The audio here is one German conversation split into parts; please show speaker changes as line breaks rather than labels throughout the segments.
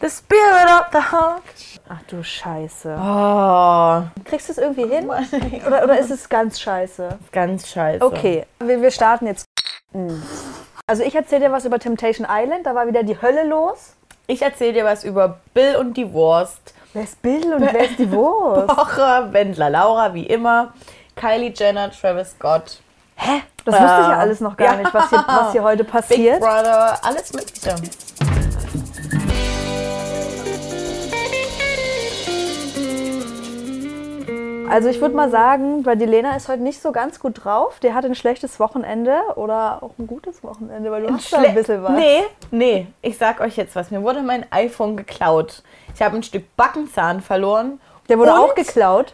The spirit of the hawk. Ach du Scheiße.
Oh,
Kriegst du es irgendwie hin? Oder, oder ist es ganz scheiße?
ganz scheiße.
Okay, wir, wir starten jetzt. Also ich erzähle dir was über Temptation Island, da war wieder die Hölle los.
Ich erzähle dir was über Bill und die Wurst.
Wer ist Bill und wer ist die Wurst?
Pocher, Wendler, Laura, wie immer. Kylie Jenner, Travis Scott,
Hä? Das wusste ich ja
Ah.
alles noch gar
Ja.
nicht, was hier, was hier heute
Big
passiert.
Brother, alles Mögliche.
Also ich würde mal sagen, weil die Lena ist heute nicht so ganz gut drauf. Die hat ein schlechtes Wochenende oder auch ein gutes Wochenende, weil du hast da ein bisschen was.
Nee, nee, ich sag euch jetzt was. Mir wurde mein iPhone geklaut. Ich habe ein Stück Backenzahn verloren.
Der wurde
und
auch geklaut.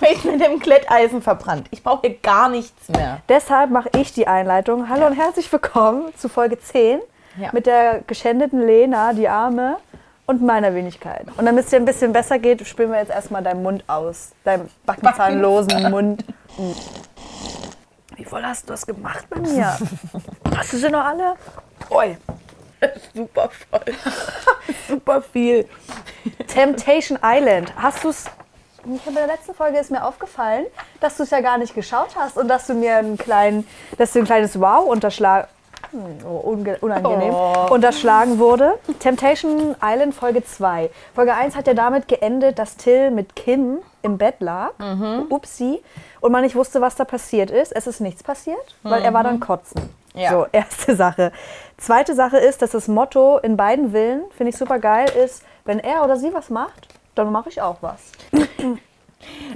ich mit dem Glätteisen verbrannt. Ich brauche hier gar nichts mehr.
Deshalb mache ich die Einleitung. Hallo und herzlich willkommen zu Folge 10
Ja.
mit der geschändeten Lena, die Arme und meiner Wenigkeit. Und damit es dir ein bisschen besser geht, spielen wir jetzt erstmal deinen Mund aus. Deinen backenzahnlosen Mund. Wie voll hast du das gemacht bei mir? hast du sie noch alle? Oi.
Super voll. Super viel.
Temptation Island. Hast du es. Ich habe in der letzten Folge ist mir aufgefallen, dass du es ja gar nicht geschaut hast und dass du mir einen kleinen, dass du ein kleines Wow unterschlag, Hm, oh, unge- unangenehm,
Oh.
unterschlagen wurde. Temptation Island Folge 2. Folge 1 hat ja damit geendet, dass Till mit Kim im Bett lag.
Mhm.
Upsi. Und man nicht wusste, was da passiert ist. Es ist nichts passiert, weil er war dann kotzen.
Mhm. Ja.
So, erste Sache. Zweite Sache ist, dass das Motto in beiden Willen, finde ich super geil, ist, wenn er oder sie was macht, dann mache ich auch was.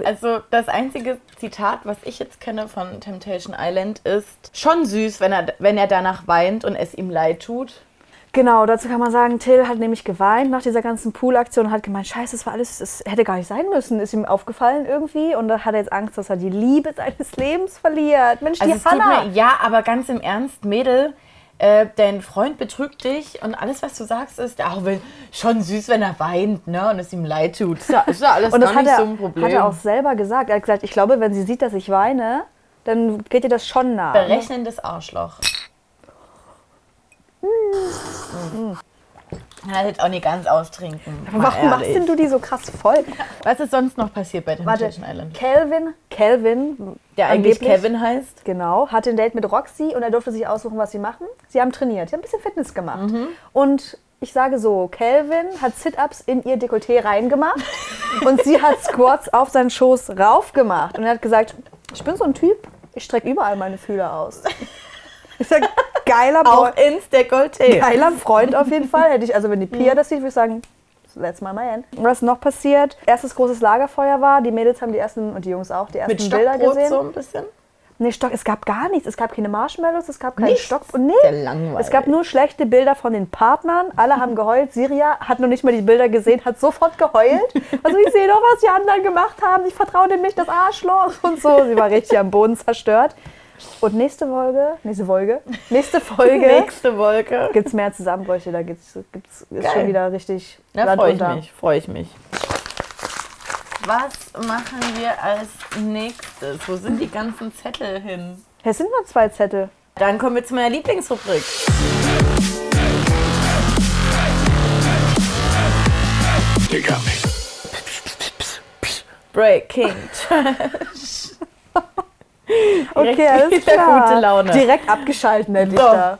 Also das einzige Zitat, was ich jetzt kenne von Temptation Island ist schon süß, wenn er, wenn er danach weint und es ihm leid tut.
Genau, dazu kann man sagen, Till hat nämlich geweint nach dieser ganzen Poolaktion und hat gemeint, scheiße, das war alles, es hätte gar nicht sein müssen, ist ihm aufgefallen irgendwie und da hat er jetzt Angst, dass er die Liebe seines Lebens verliert. Mensch,
Also
die
es tut
Hannah.
mir, ja, aber ganz im Ernst, Mädel, äh, dein Freund betrügt dich und alles, was du sagst, ist auch wenn, schon süß, wenn er weint ne, und es ihm leid tut. Ist ja, ist ja alles
Und das
gar
hat
nicht
er,
so ein Problem.
hat er auch selber gesagt. Er hat gesagt, ich glaube, wenn sie sieht, dass ich weine, dann geht ihr das schon nah.
Berechnendes Arschloch.
Mm.
Mhm. Ja, das auch nicht ganz austrinken. mal
Warum machst
ehrlich.
denn du die so krass voll?
Was ist sonst noch passiert bei
Warte,
Temptation Island?
Calvin, Calvin,
Der eigentlich
angeblich-
Kevin heißt.
Genau, hatte ein Date mit Roxy und er durfte sich aussuchen, was sie machen. Sie haben trainiert, sie haben ein bisschen Fitness gemacht.
Mhm.
Und ich sage so, Calvin hat Sit-Ups in ihr Dekolleté reingemacht und sie hat Squats auf seinen Schoß raufgemacht. Und er hat gesagt, ich bin so ein Typ, ich strecke überall meine Fühler aus. Ich sag, geiler Boy.
Auch ins Dekolleté.
geiler Freund auf jeden Fall. Hätte ich, also wenn die Pia
Mhm.
das sieht, würde ich sagen, that's my man. Und Was noch passiert? Erstes großes Lagerfeuer war, die Mädels haben die ersten und die Jungs auch die ersten
Mit
Bilder
Stockbrot
gesehen.
so ein bisschen.
Nee, Stock, es gab gar nichts. Es gab keine Marshmallows, es gab keinen
Nichts?
Stock. Und nee,
Sehr langweilig.
es gab nur schlechte Bilder von den Partnern. Alle haben geheult. Siria hat noch nicht mal die Bilder gesehen, hat sofort geheult. Also ich sehe doch, was die anderen gemacht haben. Ich vertraue dem nicht, das Arschloch und so. Sie war richtig am Boden zerstört. Und nächste Folge, nächste Folge, nächste Folge
Nächste Wolke.
gibt es mehr Zusammenbrüche. Da gibt's, gibt's, ist
Geil.
schon wieder richtig
Da
Land
freue ich
unter.
mich, freue ich mich. Was machen wir als nächstes? Wo sind die ganzen Zettel hin?
Es sind nur zwei Zettel.
Dann kommen wir zu meiner Lieblingsrubrik.
You got me.
Breaking.
Okay, alles
wieder
klar.
gute Laune.
Direkt abgeschalten, der Dichter.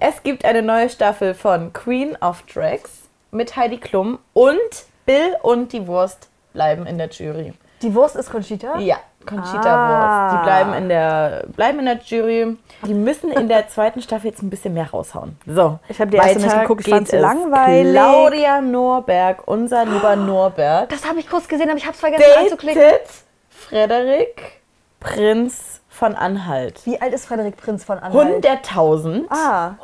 Es gibt eine neue Staffel von Queen of Drags mit Heidi Klum und Bill und die Wurst bleiben in der Jury.
Die Wurst ist Conchita?
Ja, Conchita
Ah.
Wurst. Die bleiben in der bleiben in der Jury. Die müssen in der zweiten Staffel jetzt ein bisschen mehr raushauen. So.
Ich hab die erste
weiter
nicht geguckt, ich
geht
fand sie
es.
langweilig. Ah.
Claudia Norberg, unser lieber Norberg,
Das habe ich kurz gesehen, aber ich habe es vergessen anzuklicken.
datet Frederik Prinz von Anhalt.
Wie alt ist Frederik Prinz von Anhalt?
100.000,
Ah.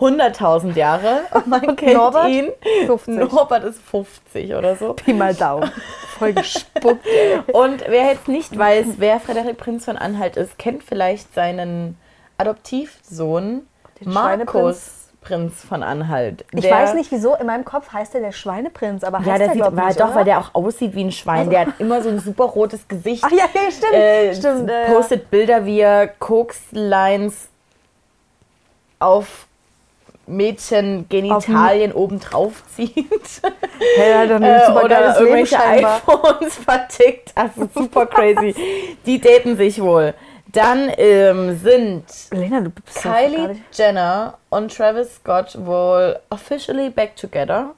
100.000 Jahre. Und man kennt
Norbert?
ihn.
50.
Norbert ist 50 oder so.
Pi mal Daumen. Voll gespuckt.
Und wer jetzt nicht weiß, wer Frederik Prinz von Anhalt ist, kennt vielleicht seinen Adoptivsohn
Den
Markus Prinz von Anhalt.
Ich
Der-
weiß nicht wieso, in meinem Kopf heißt er der Schweineprinz, aber heißt
Ja, der
er
sieht,
glaub ich,
war
nicht,
doch,
oder?
weil der auch aussieht wie ein Schwein. Der hat immer so ein super rotes Gesicht.
Ach ja, ja stimmt.
äh,
stimmt äh,
postet Bilder, wie er Koks-Lines auf Mädchen Genitalien oben drauf zieht
Ja, dann
äh,
ist super
oder
geiles Leben
irgendwelche
scheinbar.
iPhones vertickt. Also super crazy. Die daten sich wohl. Dann ähm, sind
Lena, du bist doch gar
Kylie
nicht-
Jenner und Travis Scott wohl officially back together.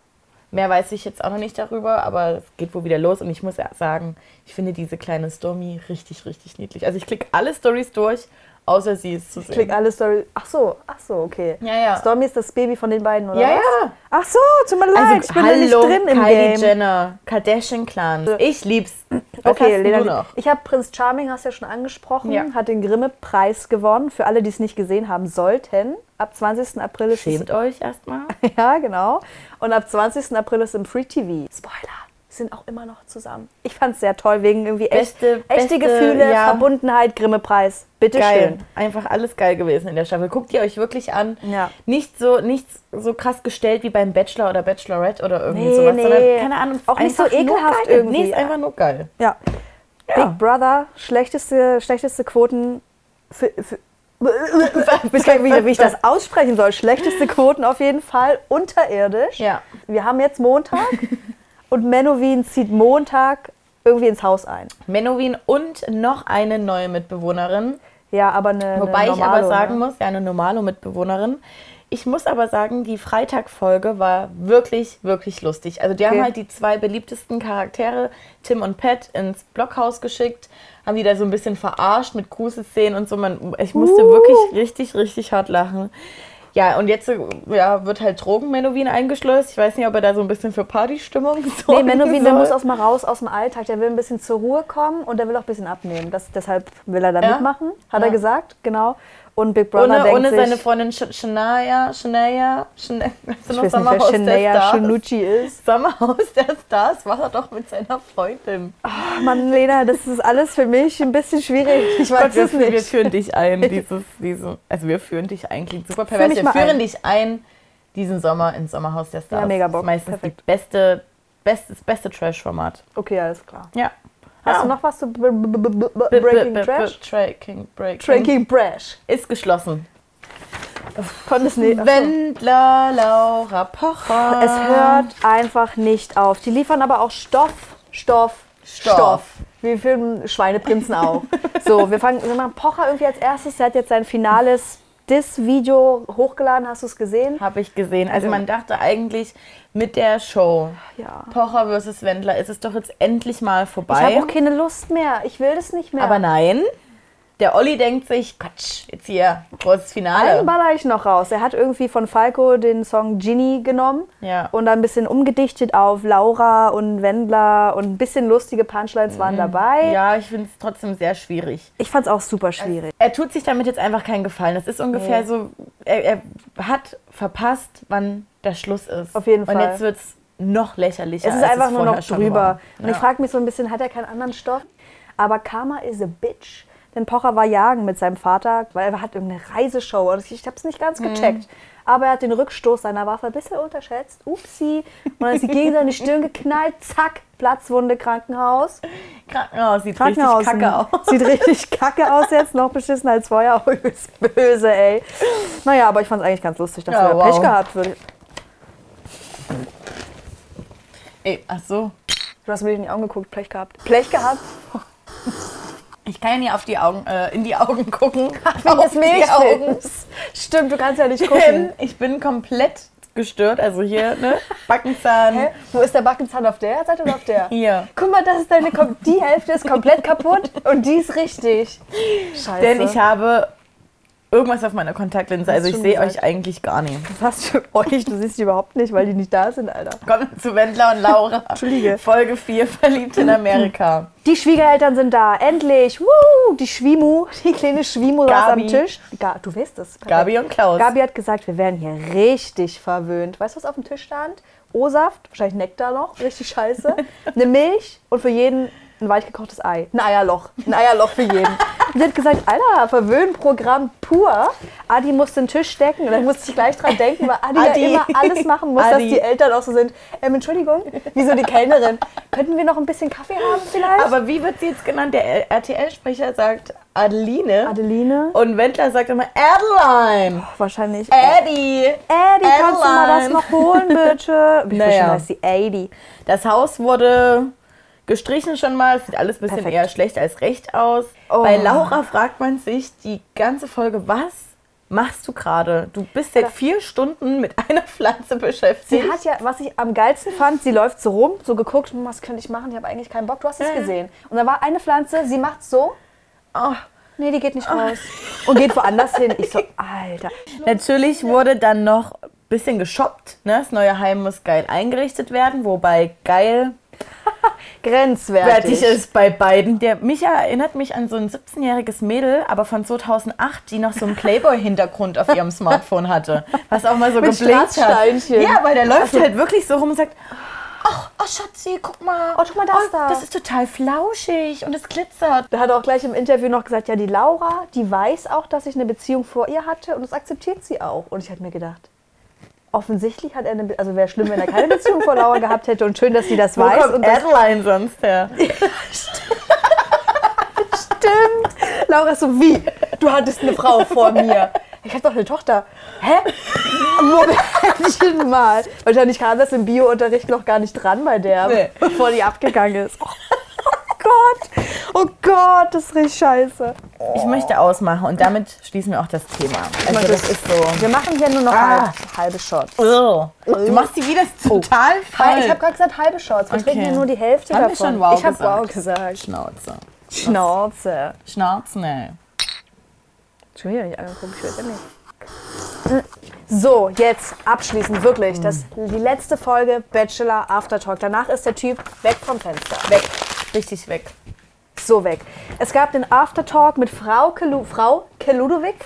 Mehr weiß ich jetzt auch noch nicht darüber, aber es geht wohl wieder los. Und ich muss ja sagen, ich finde diese kleine Stormy richtig, richtig niedlich. Also ich klicke alle Stories durch, außer sie ist zu sehen.
Klick alle Story. Ach so, ach so, okay.
Ja, ja.
Stormy ist das Baby von den beiden, oder?
Ja,
was?
ja.
Ach so, tut mir leid, ich bin da nicht
Also, hallo,
drin im
Kylie
Game.
Jenner, Kardashian-Clan. Ich lieb's. Was hast
Okay,
denn du
Lena,
noch?
ich habe Prinz Charming, hast du ja schon angesprochen,
Ja.
hat den Grimme-Preis gewonnen. Für alle, die es nicht gesehen haben sollten, ab 20. April ist es,
Schämt euch erstmal.
ja, genau. Und ab 20. April ist im Free TV. Spoiler, sind auch immer noch zusammen. Ich fand es sehr toll, wegen irgendwie echt,
Beste-
echte
beste,
Gefühle,
ja.
Verbundenheit, Grimme-Preis. Bitteschön.
Geil. Einfach alles geil gewesen in der Staffel. Guckt ihr euch wirklich an.
Ja.
Nicht so, nichts so krass gestellt wie beim Bachelor oder Bachelorette oder irgendwie
Nee,
sowas,
nee.
sondern keine Ahnung.
Auch nicht so
einfach nur
ekelhaft
geil.
irgendwie.
Nee, ist einfach nur geil.
Ja. Big Brother, schlechteste, schlechteste Quoten für. für ich weiß gar nicht, wie- wie ich das aussprechen soll. Schlechteste Quoten auf jeden Fall, unterirdisch.
Ja.
Wir haben jetzt Montag und Menowin zieht Montag irgendwie ins Haus ein.
Menowin und noch eine neue Mitbewohnerin.
Ja, aber eine.
Wobei
eine
ich aber
normale,
sagen
ne?
muss, ja, eine normale Mitbewohnerin. Ich muss aber sagen, die Freitag-Folge war wirklich, wirklich lustig. Also die haben
Okay.
halt die zwei beliebtesten Charaktere, Tim und Pat, ins Blockhaus geschickt, haben die da so ein bisschen verarscht mit Grußeszenen und so. Man, ich musste
Uh.
wirklich richtig, richtig hart lachen. Ja, und jetzt äh, ja, wird halt Drogenmenowin eingeschleust. Ich weiß nicht, ob er da so ein bisschen für Partystimmung
Nee,
sorgen
Menowin, der
soll.
muss auch mal raus aus dem Alltag. Der will ein bisschen zur Ruhe kommen und der will auch ein bisschen abnehmen. Das, deshalb will er da
Ja.
mitmachen, hat er
Ja.
gesagt, genau. Und Big Brother
ohne,
denkt
ohne
sich,
seine Freundin Sh Shania, Shania, Shania, weißt du
ich weiß nicht,
noch
wer
Sommerhaus der
Shania
Stars?
Shinucci ist.
Sommerhaus der Stars war er doch mit seiner Freundin.
Oh Mann, Lena, das ist alles für mich ein bisschen schwierig. Ich weiß
wir,
es
wir,
nicht.
führen dich ein, dieses, diesen, also wir führen dich ein, klingt super pervers.
mich
Wir
mal
führen
ein.
dich ein diesen Sommer ins Sommerhaus der Stars.
Ja, mega Bock.
Das ist meistens
Perfekt.
die beste, best, das beste Trash-Format.
Okay, alles klar.
Ja.
Hast
Ja.
du noch was zu b- b- b- b- b-
B- b-
Breaking
b- b-
Trash?
Tracking, breaking.
Breaking Brash.
Ist geschlossen.
Konntest nicht. ach so.
Wendler, Laura Pocher.
Es hört einfach nicht auf. Die liefern aber auch Stoff, Stoff,
Stoff.
Stoff. Wir filmen Schweineprinzen auch. so, wir fangen, wir machen Pocher irgendwie als erstes. Der hat jetzt sein finales Diss-Video hochgeladen. Hast du es gesehen?
Habe ich gesehen. Also man dachte eigentlich mit der Show
Ja.
Pocher versus Wendler ist es doch jetzt endlich mal
Ich
vorbei.
habe auch keine Lust mehr. Ich will das nicht mehr.
Aber nein, der Olli denkt sich, Quatsch, jetzt hier, großes Finale.
Einen baller ich noch raus. Er hat irgendwie von Falco den Song Ginny genommen
Ja.
und dann ein bisschen umgedichtet auf Laura und Wendler und ein bisschen lustige Punchlines waren dabei.
Mhm. Ja, ich finde es trotzdem sehr schwierig.
Ich fand es auch super schwierig.
Er tut sich damit jetzt einfach keinen Gefallen. Das ist ungefähr
Nee.
so, er, er hat verpasst, wann der Schluss ist.
Auf jeden
Und
Fall.
jetzt wird es noch lächerlicher.
es ist
als
einfach nur
vorher
noch
schon
drüber.
war.
Und ich frage mich so ein bisschen, hat er keinen anderen Stoff? Aber Karma is a bitch. Denn Pocher war jagen mit seinem Vater, weil er hat irgendeine Reiseshow. Und ich habe es nicht ganz
Mhm.
gecheckt. Aber er hat den Rückstoß seiner Waffe ein bisschen unterschätzt. Upsi. Und dann ist sie gegen seine Stirn geknallt. Zack, Platzwunde, Krankenhaus.
Krankenhaus sieht
Krankenhaus.
richtig kacke aus.
Sieht richtig kacke aus jetzt, noch beschissen als vorher. Oh, ist böse, ey. Naja, aber ich fand es eigentlich ganz lustig, dass
Ja,
wir
wow.
Pech gehabt würde. ich-
Ey, ach so.
Du hast mir nicht in die Augen geguckt, Pech gehabt. Pech gehabt?
Ich kann ja nie auf die Augen, äh, in die Augen gucken.
Wegen
Auf
des
die
Milchfilms. Stimmt, du kannst ja nicht gucken.
Denn ich bin komplett gestört. Also hier, ne? Backenzahn.
Hä? Wo ist der Backenzahn auf der Seite oder auf der?
Hier.
Guck mal, das ist deine Kom die Hälfte ist komplett kaputt und die ist richtig. Scheiße.
Denn ich habe irgendwas auf meiner Kontaktlinse. Also ich
schon
sehe
gesagt.
euch eigentlich gar nicht.
was für euch, du siehst die überhaupt nicht, weil die nicht da sind, Alter.
Kommen zu Wendler und Laura.
Entschuldige.
Folge 4, verliebt in Amerika.
Die Schwiegereltern sind da, endlich. Woo! Die Schwimu, die kleine Schwimu saß
Gabi.
am Tisch. Ga du weißt es. Perfekt.
Gabi und Klaus.
Gabi hat gesagt, wir werden hier richtig verwöhnt. Weißt du, was auf dem Tisch stand? O-Saft, wahrscheinlich Nektar noch, richtig scheiße. Eine Milch und für jeden ein weich gekochtes Ei. Ein Eierloch. Ein Eierloch für jeden. Und sie hat gesagt, Alter, Verwöhnprogramm pur. Adi muss den Tisch decken. Und dann musste ich gleich dran denken, weil Adi,
Adi.
ja immer alles machen muss, dass
Adi.
die Eltern auch so sind. Ähm, Entschuldigung, wieso die Kellnerin? Könnten wir noch ein bisschen Kaffee haben vielleicht?
Aber wie wird sie jetzt genannt? Der RTL-Sprecher sagt Adeline.
Adeline?
Und Wendler sagt immer Adeline.
Oh, Wahrscheinlich.
Eddie.
Eddie, kannst du mal das
Adeline.
noch holen, bitte? Ich
Naja.
naja. die Eddie.
Das Haus wurde gestrichen schon mal. Es sieht alles ein bisschen
Perfekt.
eher schlecht als recht aus.
Oh.
Bei Laura fragt man sich die ganze Folge, was machst du gerade? Du bist seit vier Stunden mit einer Pflanze
Sie
beschäftigt.
hat ja, was ich am geilsten fand, sie läuft so rum, so geguckt, "Hm, was könnte ich machen? Ich habe eigentlich keinen Bock. Du hast es gesehen. Und da war eine Pflanze, sie macht so,
Oh.
nee, die geht nicht
Ah.
raus. Und geht woanders hin. Ich so, Alter.
Natürlich wurde dann noch ein bisschen geshoppt. Ne? Das neue Heim muss geil eingerichtet werden, wobei geil
Grenzwertig.
fertig ist bei beiden. Der Micha erinnert mich an so ein 17-jähriges Mädel, aber von 2008, die noch so einen Playboy-Hintergrund auf ihrem Smartphone hatte. Was auch mal so
Mit
geblinkt hat.
Straßsteinchen.
Ja, weil der läuft halt wirklich so rum und sagt, ach, oh Schatzi, guck mal.
Oh, guck mal das da."
Das ist total flauschig und es glitzert.
Da hat er auch gleich im Interview noch gesagt, ja, die Laura, die weiß auch, dass ich eine Beziehung vor ihr hatte und das akzeptiert sie auch. Und ich hatte mir gedacht, offensichtlich hat er eine, Be also wäre schlimm, wenn er keine Beziehung vor Laura gehabt hätte und schön, dass sie das
Wo
weiß.
kommt
und das
Adeline sonst her?
Stimmt. Laura ist so, wie? Du hattest eine Frau vor mir. Ich hab doch eine Tochter. Hä? Momentchen mal. Wahrscheinlich kam das im Biounterricht noch gar nicht dran bei der,
Nee.
bevor die abgegangen ist. Oh, Gott. Oh Gott, das riecht scheiße.
Ich möchte ausmachen und damit schließen wir auch das Thema. Also das ist so...
Wir machen hier nur noch
Ah.
halb, halbe Shots.
Ugh. Du machst die wieder total falsch.
Weil ich habe gerade gesagt halbe Shots. Wir
Okay.
trinken hier nur die Hälfte
Haben wir
davon.
schon wow
ich habe
gesagt?
wow gesagt.
Schnauze.
Schnauze.
Schnauzen, ey.
Schon wieder nicht angeguckt, ich weiß ja nicht. Äh, So, jetzt abschließend, wirklich. Das, die letzte Folge Bachelor Aftertalk. Danach ist der Typ weg vom Fenster.
Weg. Richtig weg.
So weg. Es gab den Aftertalk mit Frau, Kelu, Frau Keludovic.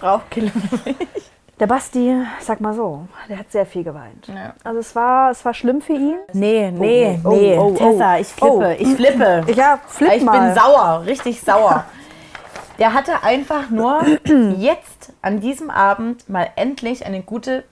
Der Basti, sag mal so, der hat sehr viel geweint.
Ja.
Also es war, es war schlimm für ihn.
Nee, nee,
Oh, nee.
nee.
oh, oh.
Tessa, ich flippe,
Oh.
ich flippe.
Ja, flipp
Ich
mal.
bin sauer, richtig sauer. Der hatte einfach nur jetzt an diesem Abend mal endlich eine gute,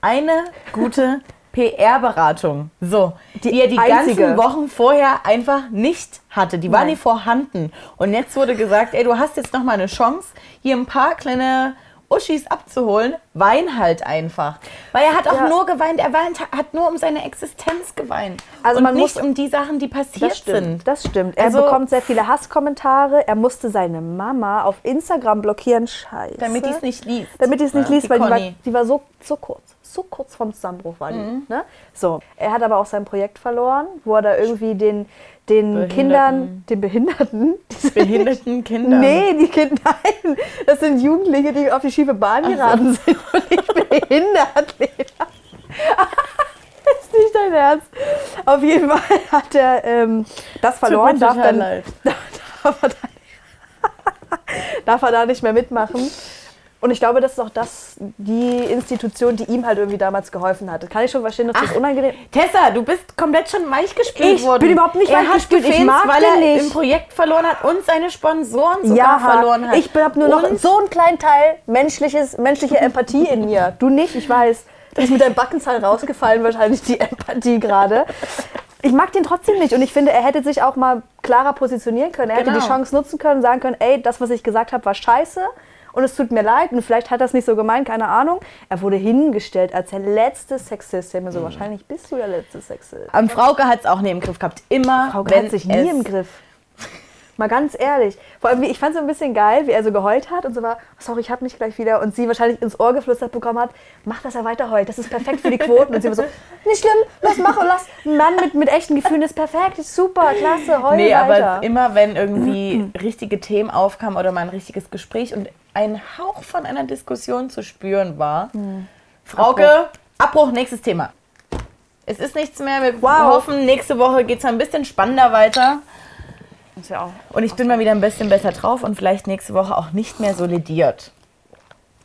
eine gute PR-Beratung. So, die, er die
einzige.
ganzen Wochen vorher einfach nicht hatte. Die war
Nein.
nie vorhanden. Und jetzt wurde gesagt, ey, du hast jetzt noch mal eine Chance, hier ein paar kleine Uschis abzuholen. Wein halt einfach. Weil er hat auch
Ja.
nur geweint. Er weint, hat nur um seine Existenz geweint.
Also
und
man
nicht
muss-
um die Sachen, die passiert
Das
sind.
stimmt, das stimmt. Er
Also-
bekommt sehr viele Hasskommentare. Er musste seine Mama auf Instagram blockieren. Scheiße.
Damit die es nicht liest.
Damit die es nicht
Ja.
liest,
Die
weil die war,
Conny. Mhm.
die war so, so kurz. So kurz vom Zusammenbruch war die. Ne? So. Er hat aber auch sein Projekt verloren, wo er da irgendwie den, den
Behinderten.
Kindern, den Behinderten, diese-
behinderten Kinder.
Nee, die Kinder, nein, das sind Jugendliche, die auf die schiefe Bahn geraten sind und nicht behindert, Lena. ist nicht dein Ernst. Auf jeden Fall hat er ähm, das verloren, darf
total
dann,
leid.
darf, er dann darf er da nicht mehr mitmachen. Und ich glaube, das ist auch das, die Institution, die ihm halt irgendwie damals geholfen hat. Das kann ich schon verstehen, dass das unangenehm
Tessa, du bist komplett schon weichgespült
Ich
worden.
bin überhaupt nicht
er hat
weichgespült, ich
gefehlt,
mag
weil
den
er
nicht.
im Projekt verloren hat und seine Sponsoren sogar
Ja,
verloren hat.
ich habe nur noch
Und
so einen kleinen Teil menschliches, menschliche Empathie in mir. Du nicht, ich weiß. Du bist mit deinem Backenzahn rausgefallen, wahrscheinlich die Empathie gerade. Ich mag den trotzdem nicht und ich finde, er hätte sich auch mal klarer positionieren können. Er hätte
Genau.
die Chance nutzen können, sagen können, ey, das, was ich gesagt habe, war scheiße und es tut mir leid und vielleicht hat das nicht so gemeint, keine Ahnung. Er wurde hingestellt als der letzte Sexist. Ich mir so,
Mhm.
wahrscheinlich bist du der letzte Sexist.
Am Frauke hat es auch nie im Griff gehabt. Immer,
Frau
wenn
hat sich nie
es
im Griff. Mal ganz ehrlich. Vor allem, wie- ich fand es ein bisschen geil, wie er so geheult hat und so war, "Oh, sorry, ich hab mich gleich wieder. Und sie wahrscheinlich ins Ohr geflüstert bekommen hat, mach, dass er weiter heult. Das ist perfekt für die Quoten. Und sie war so, nicht schlimm, lass machen, lass. Ein Mann mit, mit echten Gefühlen ist perfekt, ist super, klasse, heul
Nee,
weiter.
aber immer wenn irgendwie richtige Themen aufkamen oder mal ein richtiges Gespräch und ein Hauch von einer Diskussion zu spüren war, Frauke, Hm. Abbruch. nächstes Thema. Es ist nichts mehr, wir
Wow.
hoffen, nächste Woche geht es ein bisschen spannender weiter. Und ich bin mal wieder ein bisschen besser drauf und vielleicht nächste Woche auch nicht mehr so lediert.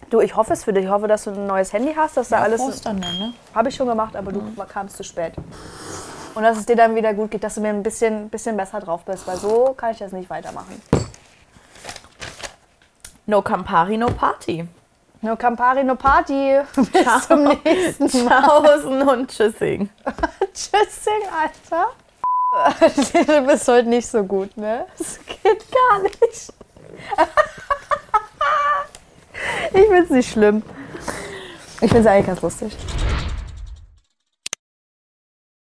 du, ich hoffe es für dich. Ich hoffe, dass du ein neues Handy hast, dass da alles.
dann, ne?
Habe ich schon gemacht, aber du kamst zu spät. Und dass es dir dann wieder gut geht, dass du mir ein bisschen, bisschen besser drauf bist, weil so kann ich das nicht weitermachen.
No Campari, no Party.
No Campari, no Party.
Ciao.
Bis zum nächsten Mal.
Pausen und Tschüssing.
Tschüssing, Alter. Du bist heute nicht so gut, ne? Das geht gar nicht. Ich find's nicht schlimm. Ich find's eigentlich ganz lustig.